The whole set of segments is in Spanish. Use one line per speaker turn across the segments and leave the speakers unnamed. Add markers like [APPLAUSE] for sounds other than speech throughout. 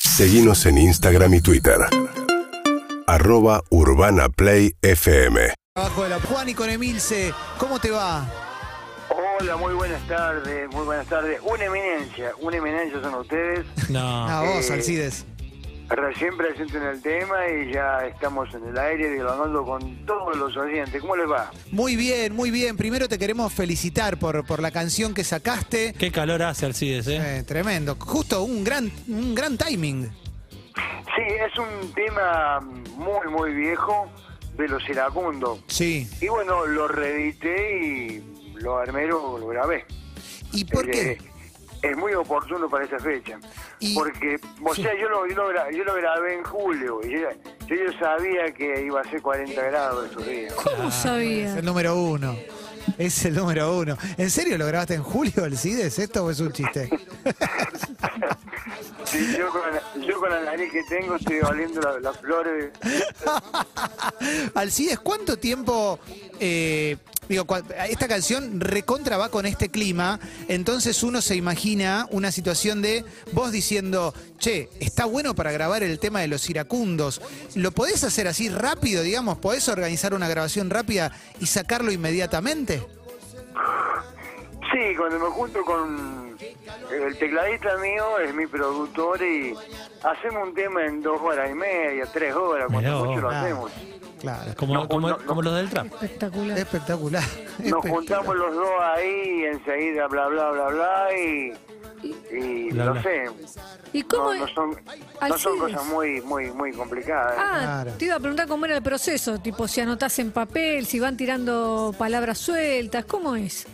Seguimos en Instagram y Twitter. Arroba Urbana Play FM.
Abajo de la Juan y con Emilce, ¿cómo te va?
Hola, muy buenas tardes, muy buenas tardes. Una eminencia, una eminencia son ustedes.
No.
A vos,
Eh,
Alcides.
Recién presenten el tema y ya estamos en el aire dialogando con todos los oyentes. ¿Cómo les va?
Muy bien, muy bien. Primero te queremos felicitar por, por la canción que sacaste.
Qué calor hace Alcides, ¿eh?
Eh, tremendo. Justo un gran, un gran timing.
Sí, es un tema muy, muy viejo de los iracundos.
Sí.
Y bueno, lo reedité y lo armero lo grabé.
¿Y por
Eh,
qué?
Es muy oportuno para esa fecha.
Y-
Porque, o sea, yo lo, yo lo gra- yo lo grabé en julio. Y yo, yo ya sabía que iba a ser 40 grados esos días.
¿Cómo
Es
sabía?
el número uno. Es el número uno. ¿En serio lo grabaste en julio, Alcides? ¿Esto o es un chiste?
Sí, yo, con la, yo con la nariz que tengo estoy oliendo la- las flores.
Alcides, ¿cuánto tiempo... eh, digo, cua- esta canción recontra va con este clima, entonces uno se imagina una situación de vos diciendo, che, está bueno para grabar el tema de los iracundos. ¿Lo podés hacer así rápido, digamos? ¿Podés organizar una grabación rápida y sacarlo inmediatamente?
Sí, cuando me junto con el tecladista mío, es mi productor, y hacemos un tema en dos horas y media, tres horas,
Mirá
cuando
vos.
mucho lo
Ah,
hacemos.
Claro.
Como,
No,
como,
no, no.
como los del trap.
Espectacular.
Espectacular.
[LAUGHS]
Nos
espectacular.
juntamos los dos ahí y enseguida bla, bla, bla, bla, y, y
Bla,
no
bla.
sé.
¿Y cómo?
No, no son, no son
Alcides.
cosas muy, muy, muy complicadas. ¿eh?
Ah,
Claro.
te iba a preguntar cómo era el proceso, tipo si anotás en papel, si van tirando palabras sueltas, ¿cómo es?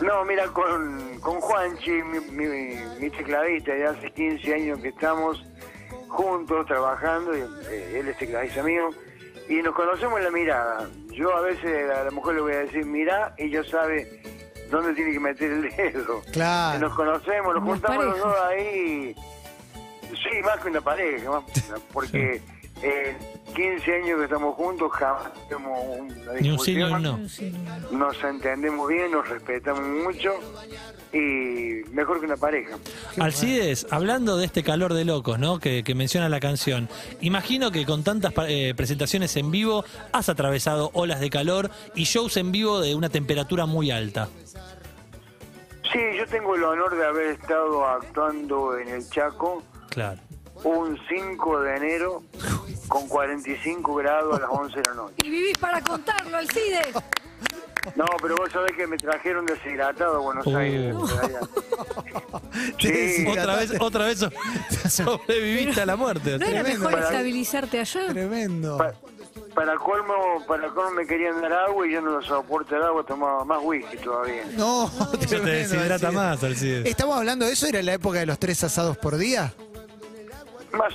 No, mira, con, con Juanchi, mi, mi, mi tecladista, ya hace 15 años que estamos juntos trabajando, y, eh, él es tecladista mío, y nos conocemos en la mirada. Yo a veces a la mujer le voy a decir mirá, y ella sabe dónde tiene que meter el dedo.
Claro.
Nos conocemos, nos
Como
juntamos los
pareja.
dos ahí. y- Sí, más que una pareja, más que una- porque eh, 15 años que estamos juntos, jamás tenemos una discusión
Ni un sí ni un no.
No sé, no.
nos entendemos bien, nos respetamos mucho y mejor que una pareja.
Alcides, hablando de este calor de locos, ¿no? Que, que menciona la canción. Imagino que con tantas pa- eh, presentaciones en vivo has atravesado olas de calor y shows en vivo de una temperatura muy alta.
Sí, yo tengo el honor de haber estado actuando en el Chaco
Claro.
un 5 de enero con 45 grados a las 11 de la noche.
Y vivís para
[LAUGHS]
contarlo, Alcides.
No, pero vos sabés que me trajeron deshidratado a Buenos
Uh.
Aires.
Te
Sí,
Otra
deshidrataste.
vez, otra vez so- [LAUGHS] sobreviviste a la muerte.
¿No era
Tremendo,
mejor
para-
estabilizarte allá?
Tremendo.
Pa- para colmo, para colmo me querían dar agua y yo no lo soporto el agua, tomaba más whisky todavía.
No,
Eso
tremendo,
te deshidrata
Alcides.
más, Alcides.
¿Estamos hablando de eso? ¿Era la época de los tres asados por día?
Más,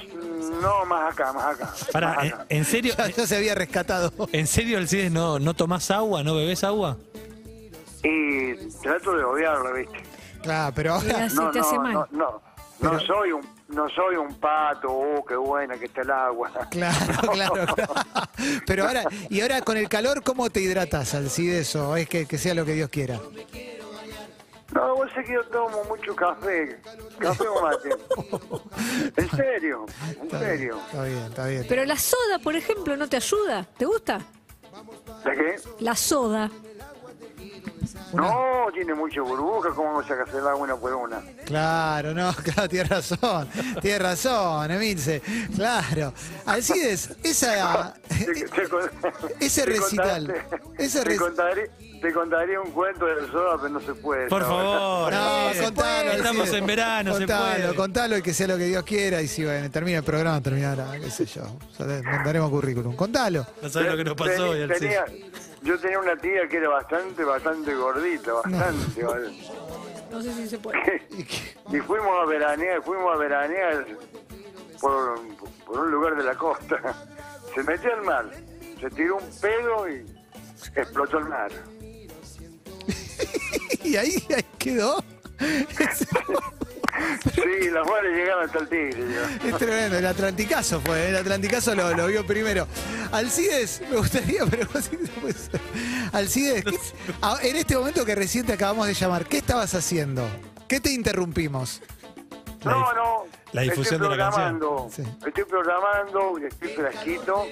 no, más acá, más acá.
Pará, eh,
más
¿en,
acá.
en serio,
Ya, ya se había rescatado.
en serio, Alcides, no, no tomás agua, no bebés agua? eh.
Y trato de obviarlo, ¿viste?
Claro, pero ahora.
Era- Se te hace
no,
mal.
No, no, no soy un no soy un pato, oh, qué buena que está el agua.
[LAUGHS] Claro, claro, claro. Pero ahora, y ahora con el calor, ¿cómo te hidratas, Alcides? O es que, que sea lo que Dios quiera.
No, vos sé que yo tomo mucho café, café o mate. En serio, en
Está bien,
serio.
está bien, está bien.
Pero la soda, por ejemplo, no te ayuda. ¿Te gusta?
¿De qué?
La soda.
Una-
No, tiene mucho burbuja, ¿cómo vamos a sacar el agua una por una?
Claro, no, [LAUGHS] claro, tienes razón. Tienes razón, Emilce. Claro. Alcides, esa.
Te- te con-
Ese
[LAUGHS] te
recital,
contaste-
ese
te
rec-
contaré, te contaré un cuento del soda, pero no se puede.
Por
¿no?
favor.
[LAUGHS] No,
Alcides.
contalo.
Estamos
Alcides.
en verano, se
contalo,
puede.
contalo y que sea lo que Dios quiera. Y si bueno, termina el programa, terminará, qué sé yo. O sea, te- mandaremos currículum. Contalo. [LAUGHS]
No sabés lo que nos pasó hoy,
Tenía-
Alcides.
tenía- Yo tenía una tía que era bastante, bastante gordita, bastante. ¿vale?
No sé si se puede.
[LAUGHS]
Y que-
Y fuimos a veranear, fuimos a veranear por, por un lugar de la costa. Se metió al mar, se tiró un pedo y explotó el mar.
Y ahí, ahí quedó. Es,
Sí, las balas llegaban hasta el tigre. digo.
es tremendo. Este El Atlanticazo fue. El Atlanticazo lo, lo vio primero. Alcides, me gustaría, pero no sé si se puede hacer. Alcides, ¿qué- a- en este momento que recién te acabamos de llamar, ¿qué estabas haciendo? ¿Qué te interrumpimos?
No, no,
La difusión de
estoy
la canción.
programando,
Sí.
Estoy programando, estoy fresquito,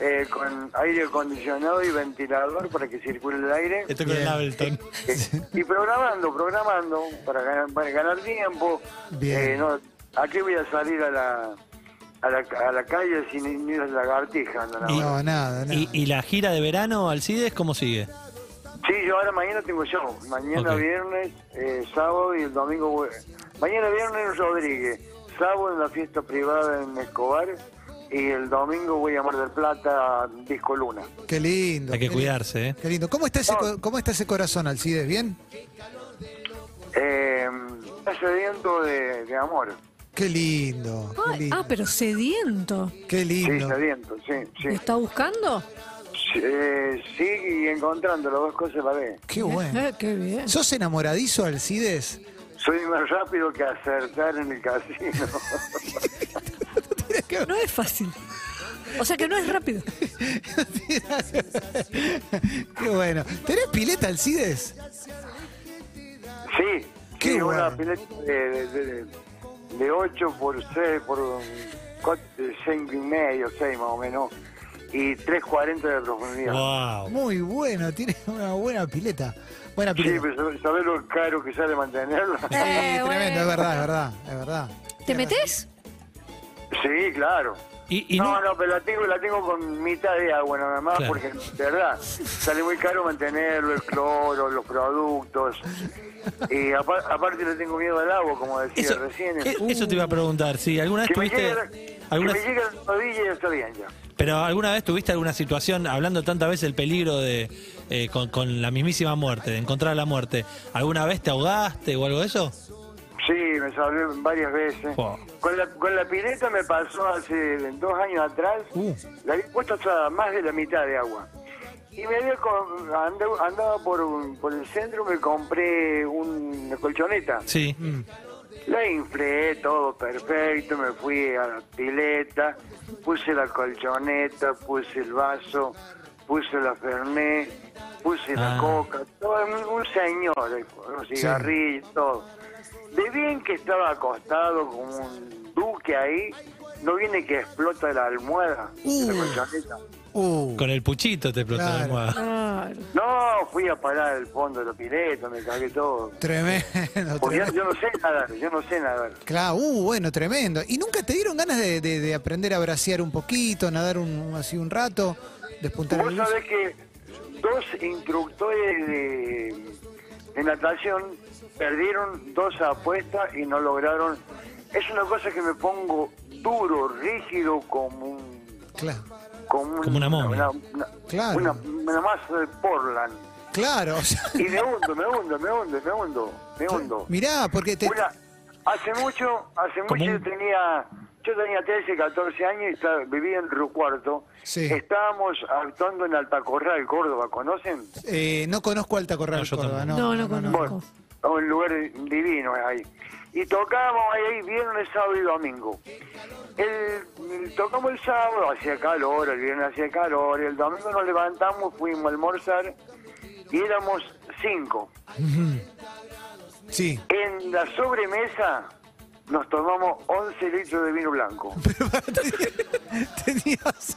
eh, con aire acondicionado y ventilador para que circule el aire.
Estoy con
Bien.
el Ableton.
Eh, Y programando, programando para ganar, para ganar tiempo.
Bien.
Eh, no, aquí voy a salir a la, a la, a la calle sin ni las lagartijas. no, no.
Y-
No, nada, nada.
¿Y, y la gira de verano, Alcides, cómo sigue?
Sí, yo ahora mañana tengo show. Mañana
Ok.
viernes, eh, sábado y el domingo. vue- Mañana viernes en Rodríguez, sábado en la fiesta privada en Escobar y el domingo voy a Mar del Plata, Disco Luna.
Qué lindo.
Hay que
qué lindo,
cuidarse, ¿eh?
Qué lindo. ¿Cómo está ese,
No.
co- cómo está ese corazón, Alcides? ¿Bien?
Eh, está sediento de, de amor.
Qué lindo. Qué
Ay,
lindo.
ah, pero sediento.
Qué
Sí,
lindo.
sediento, sí,
¿Lo
sí.
está buscando?
Sí, eh, sí, y encontrando las dos cosas a la vez.
Qué bueno.
Eh, qué bien.
¿Sos enamoradizo, Alcides? [LAUGHS]
Soy más rápido que acertar en el casino.
[LAUGHS]
No es fácil. O sea que no es rápido.
Qué bueno. ¿Tenés pileta, Alcides?
Sí,
Qué
sí, una
bueno.
pileta de, de, 8 por 6, por 5 y medio, 6 más o menos, y 3.40 de profundidad.
¡Wow!
Muy bueno, tiene una buena pileta. Buena
Sí,
pileta.
pero ¿sabés lo caro que sale
[LAUGHS]
mantenerla?
Sí,
Eh,
tremendo,
bueno.
es verdad, es verdad, es verdad.
¿Te metes?
sí, claro.
Y, y
no,
no,
no, pero la tengo, la tengo con mitad de agua nada más,
Claro.
porque de verdad, sale muy caro mantenerlo, el cloro, los productos. Y apa- aparte le tengo miedo al agua, como decía
eso,
recién.
eh, eso te iba a preguntar, sí. ¿Alguna vez
que me
tuviste...
llegue la-
alguna-
que me llegue la rodilla y está bien ya.
pero alguna vez tuviste alguna situación, hablando tantas veces el peligro de... eh, con, con la mismísima muerte, de encontrar la muerte. ¿Alguna vez te ahogaste o algo de eso?
Sí, me salvé varias veces.
Wow.
Con, la, con la pileta me pasó hace dos años atrás.
Uh.
La había puesto hasta más de la mitad de agua. Y me había com- anda- andaba por, un- por el centro, me compré una colchoneta.
Sí.
Mm.
La inflé, todo perfecto, me fui a la pileta, puse la colchoneta, puse el vaso, puse la fernet, puse
Ah.
la coca, todo un, un señor, eh, con un cigarrillo, todo. De bien que estaba acostado como un duque ahí, no viene que explota la almohada de
Uh.
la colchoneta.
Uh,
Con el puchito te explotó la
Claro. [LAUGHS]
almohada.
Claro.
No, fui a parar al fondo de la pileta, me cagué todo.
tremendo,
Porque yo,
tremendo.
yo no sé nadar, yo no sé nadar.
Claro, uh, bueno, tremendo. ¿Y nunca te dieron ganas de, de- de aprender a bracear un poquito, nadar un, así un rato, despuntar
Vos
el buzo?
sabés que dos instructores de, de natación perdieron dos apuestas y no lograron. Es una cosa que me pongo duro, rígido, como un.
Claro,
Como, un-
Como una
Una,
momia.
una-
Claro.
una- una masa de Portland.
claro. o sea,
Y me hundo, me hundo, me hundo, me hundo, me hundo.
mirá, porque te...
Una- hace mucho, hace
Como
mucho
un-
yo tenía, yo tenía 13, 14 años y estaba- vivía en Río Cuarto.
Sí.
Estábamos actuando en Altacorral, Córdoba, ¿conocen?
eh, no conozco Alta Corral,
No, yo
Córdoba,
tampoco.
No, no
Bueno,
conozco.
un lugar divino es ahí. Y tocábamos ahí viernes, sábado y domingo. El, el- tocamos el sábado, hacía calor, el viernes hacía calor, el domingo nos levantamos, fuimos a almorzar y éramos cinco. [LAUGHS]
Sí.
En la sobremesa nos tomamos 11 litros de vino blanco.
Tenías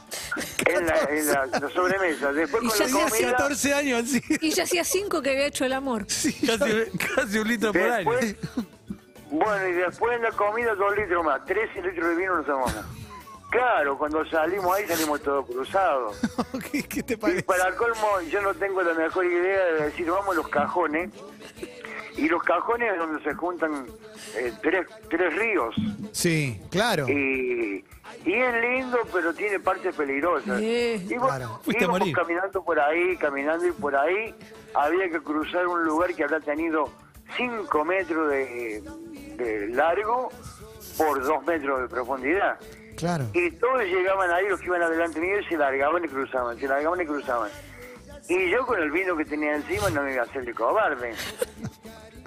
En la, en la- la sobremesa. Después
Y
con
ya
la
se hacía
comida,
14 años, [LAUGHS] sí.
Y ya hacía cinco que había hecho el amor.
Casi, casi un litro por año.
después, bueno, y después en la comida dos litros más, 13 litros de vino nos tomamos. Claro, cuando salimos ahí salimos todos cruzados.
[LAUGHS]
¿Qué, qué te
Y
parece?
para colmo, yo no tengo la mejor idea de decir, vamos a los cajones. Y los cajones es donde se juntan eh, tres, tres ríos.
Sí, claro.
Y, y es lindo, pero tiene partes peligrosas.
Sí,
Y bueno,
claro.
Fuiste a
íbamos
morir.
caminando por ahí, caminando y por ahí había que cruzar un lugar que habrá tenido 5 metros de, de largo por 2 metros de profundidad.
Claro.
Y todos llegaban ahí, los que iban adelante mío, y se largaban y cruzaban, se largaban y cruzaban. Y yo con el vino que tenía encima no me iba a hacer el cobarde.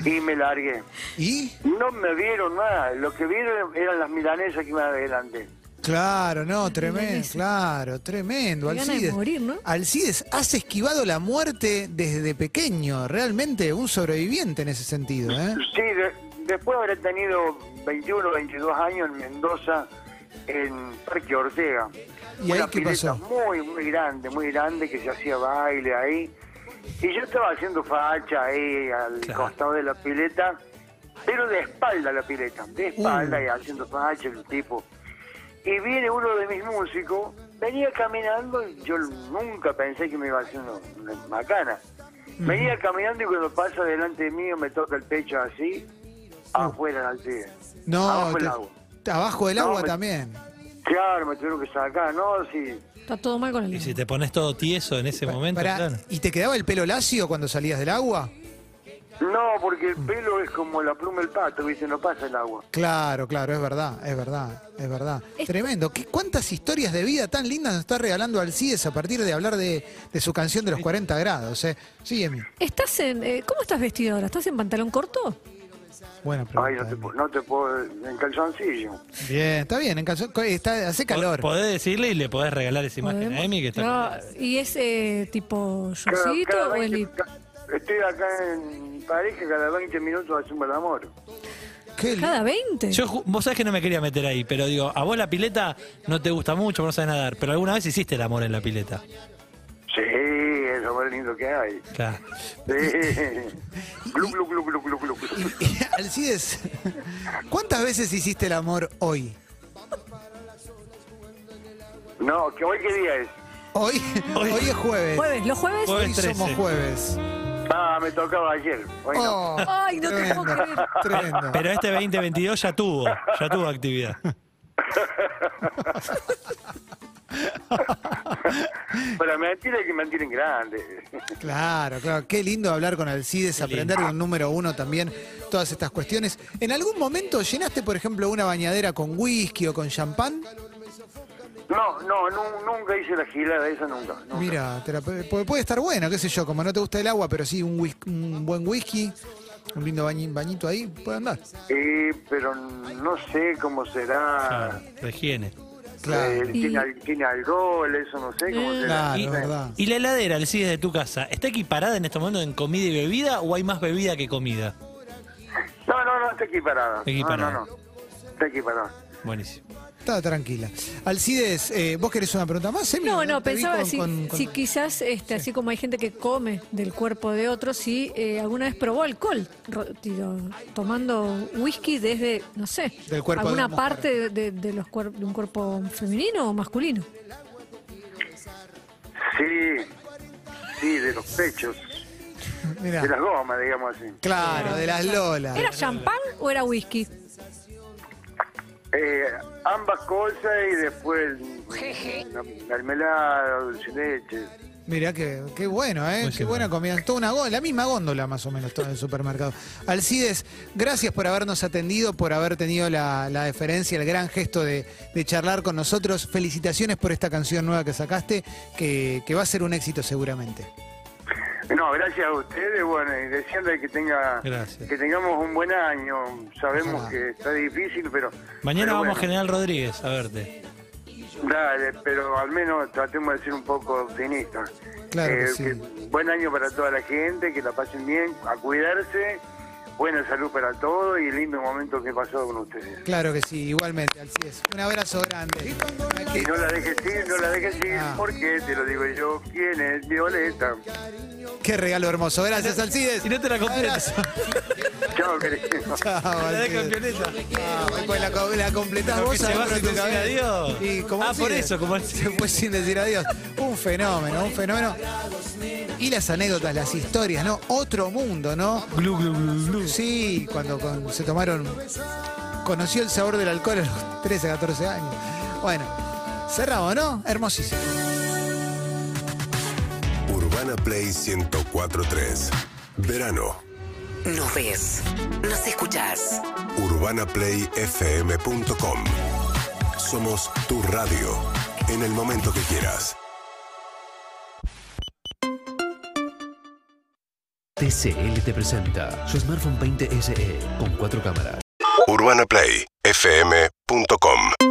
Y me largué.
¿Y?
No me vieron nada, lo que vieron eran las milanesas que iban adelante.
Claro, no, tremendo,
Milanesa.
claro, tremendo.
Qué ganas de
Alcides,
morir, ¿no?
Alcides, has esquivado la muerte desde pequeño, realmente un sobreviviente en ese sentido, ¿eh?
Sí, de- después habré tenido 21, 22 años en Mendoza, en Parque Ortega.
¿Y
Una
ahí qué
pileta
pasó?
Muy, muy grande, muy grande, que se hacía baile ahí. Y yo estaba haciendo facha ahí al
Claro.
costado de la pileta, pero de espalda a la pileta,
Uh.
de espalda y haciendo facha el tipo. Y viene uno de mis músicos, venía caminando, y yo nunca pensé que me iba a hacer una, una macana. Venía caminando y cuando pasa delante mío me toca el pecho así, afuera del altillo.
No,
abajo
te-
el agua.
abajo del
No,
agua
me-
también.
Claro, me tuvieron que sacar, ¿no? Sí.
Está todo mal con el
Y si te pones todo tieso en ese momento,
Pará,
claro.
¿Y te quedaba el pelo lacio cuando salías del agua?
No, porque el pelo es como la pluma del pato, ¿viste? No pasa el agua.
Claro, claro, es verdad, es verdad, es verdad.
Es-
Tremendo. ¿Qué, ¿Cuántas historias de vida tan lindas nos está regalando Alcides a partir de hablar de, de su canción de los 40 grados? Eh? Sí, Emi.
¿Estás en, eh, ¿Cómo estás vestido ahora? ¿Estás en pantalón corto?
Buena
Ay,
pregunta.
no te,
Emi.
pu- no te puedo... En calzoncillo.
Bien, está bien, en calzón- co- está- hace calor.
Podés decirle y le podés regalar esa imagen
¿Podemos?
a Emi que está.
No, ¿Y es eh, tipo
Cada-
shortcito
cada
o el
20 ca- Estoy acá en pareja, cada 20 minutos hacemos el amor.
Qué li-
cada 20?
Yo, ju- vos sabés que no me quería meter ahí, pero digo, a vos la pileta no te gusta mucho, no sabes nadar, pero alguna vez hiciste el amor en la pileta.
Sí, es lo más lindo que hay.
Claro.
Sí. Glu, glu, glu, glu, glu, glu.
y- y, [LAUGHS] Alcides, ¿cuántas veces hiciste el amor hoy?
No, que hoy qué día es.
Hoy, hoy,
Hoy.
es jueves.
¿Jueves? ¿Los jueves?
Jueves.
Hoy somos
13.
jueves.
Ah, me tocaba ayer. Hoy no.
Oh,
Ay, no te puedo
tremendo,
creer.
Tremendo.
Pero este 2022 ya tuvo, ya tuvo actividad.
Pero me tienen que me tienen grande.
Claro, claro. Qué lindo hablar con Alcides, aprender de un número uno también todas estas cuestiones. ¿En algún momento llenaste, por ejemplo, una bañadera con whisky o con champán?
No, no, nu- nunca hice la gilada esa, nunca. nunca.
Mira, te la- porque puede estar bueno, qué sé yo, como no te gusta el agua, pero sí un, whis- un buen whisky, un lindo bañi- bañito ahí, puede andar.
Sí, pero no sé cómo
Ah.
será.
Claro, de higiene.
Claro,
Eh, tiene, al- tiene alcohol, eso no sé cómo será.
claro,
Y,
es verdad.
y la heladera, el CIDES de tu casa, ¿está equiparada en este momento en comida y bebida o hay más bebida que comida?
No, no, no, está equiparada.
Está equiparada.
No, no, no. Está equiparada.
Buenísimo.
Está tranquila. Alcides, eh, ¿vos querés una pregunta más, Emi?
No, no,
Te vi
pensaba
con-
si,
con- con-
si quizás, este, así como hay gente que come del cuerpo de otro, si eh, alguna vez probó alcohol, ro- digo, tomando whisky desde, no sé,
Del cuerpo de
alguna
una mujer.
parte de, de los cuer- de un cuerpo femenino o masculino.
Sí, sí, de los pechos,
Mirá.
de las gomas, digamos así.
Claro, de las lolas.
¿Era champán o era whisky?
Eh, ambas cosas y después eh, la mermelada, dulce de leche.
Mirá que, qué bueno, ¿eh?
Muy
qué
similar.
buena comida. Toda una gó- la misma góndola más o menos, todo en el supermercado. Alcides, gracias por habernos atendido, por haber tenido la, la deferencia, el gran gesto de, de charlar con nosotros. Felicitaciones por esta canción nueva que sacaste, que, que va a ser un éxito seguramente.
No, gracias a ustedes, bueno, y deseando que tenga
Gracias.
que tengamos un buen año. Sabemos
Ojalá.
que está difícil, pero
Mañana
pero
vamos a
bueno,
General Rodríguez a verte.
Dale, pero al menos tratemos de ser un poco optimistas.
Claro que sí.
buen año para toda la gente, que la pasen bien, a cuidarse, buena salud para todos y lindo momento que pasó con ustedes.
Claro que sí, igualmente, Alcides. Un abrazo grande.
Y no la dejes ir, no la dejes ir,
Ah.
porque te lo digo yo, ¿quién es Violeta?
Qué regalo hermoso. Gracias, Alcides.
y no te la completa.
Abrazo.
Chao, querido.
Chao,
La de
Alcides.
campeoneta.
Ah, pues la, co- la completás vos
Porque se
adentro
va sin
de tu
decir
cabeza.
adiós.
Y como
Ah,
así
por
es,
eso, como
[LAUGHS]
así.
se fue sin decir adiós. Un fenómeno, un fenómeno. Y las anécdotas, las historias, ¿no? Otro mundo, ¿no?
Glu, glu, glu, glu.
Sí, cuando con- se tomaron. Conoció el sabor del alcohol a los [LAUGHS] 13, 14 años. Bueno, cerramos, ¿no? Hermosísimo.
Urbana Play 1043. Verano.
Nos ves, nos escuchás.
UrbanaPlayFM.com. Somos tu radio. En el momento que quieras.
TCL te presenta su E smartphone 20 SE con cuatro cámaras.
UrbanaPlayFM.com.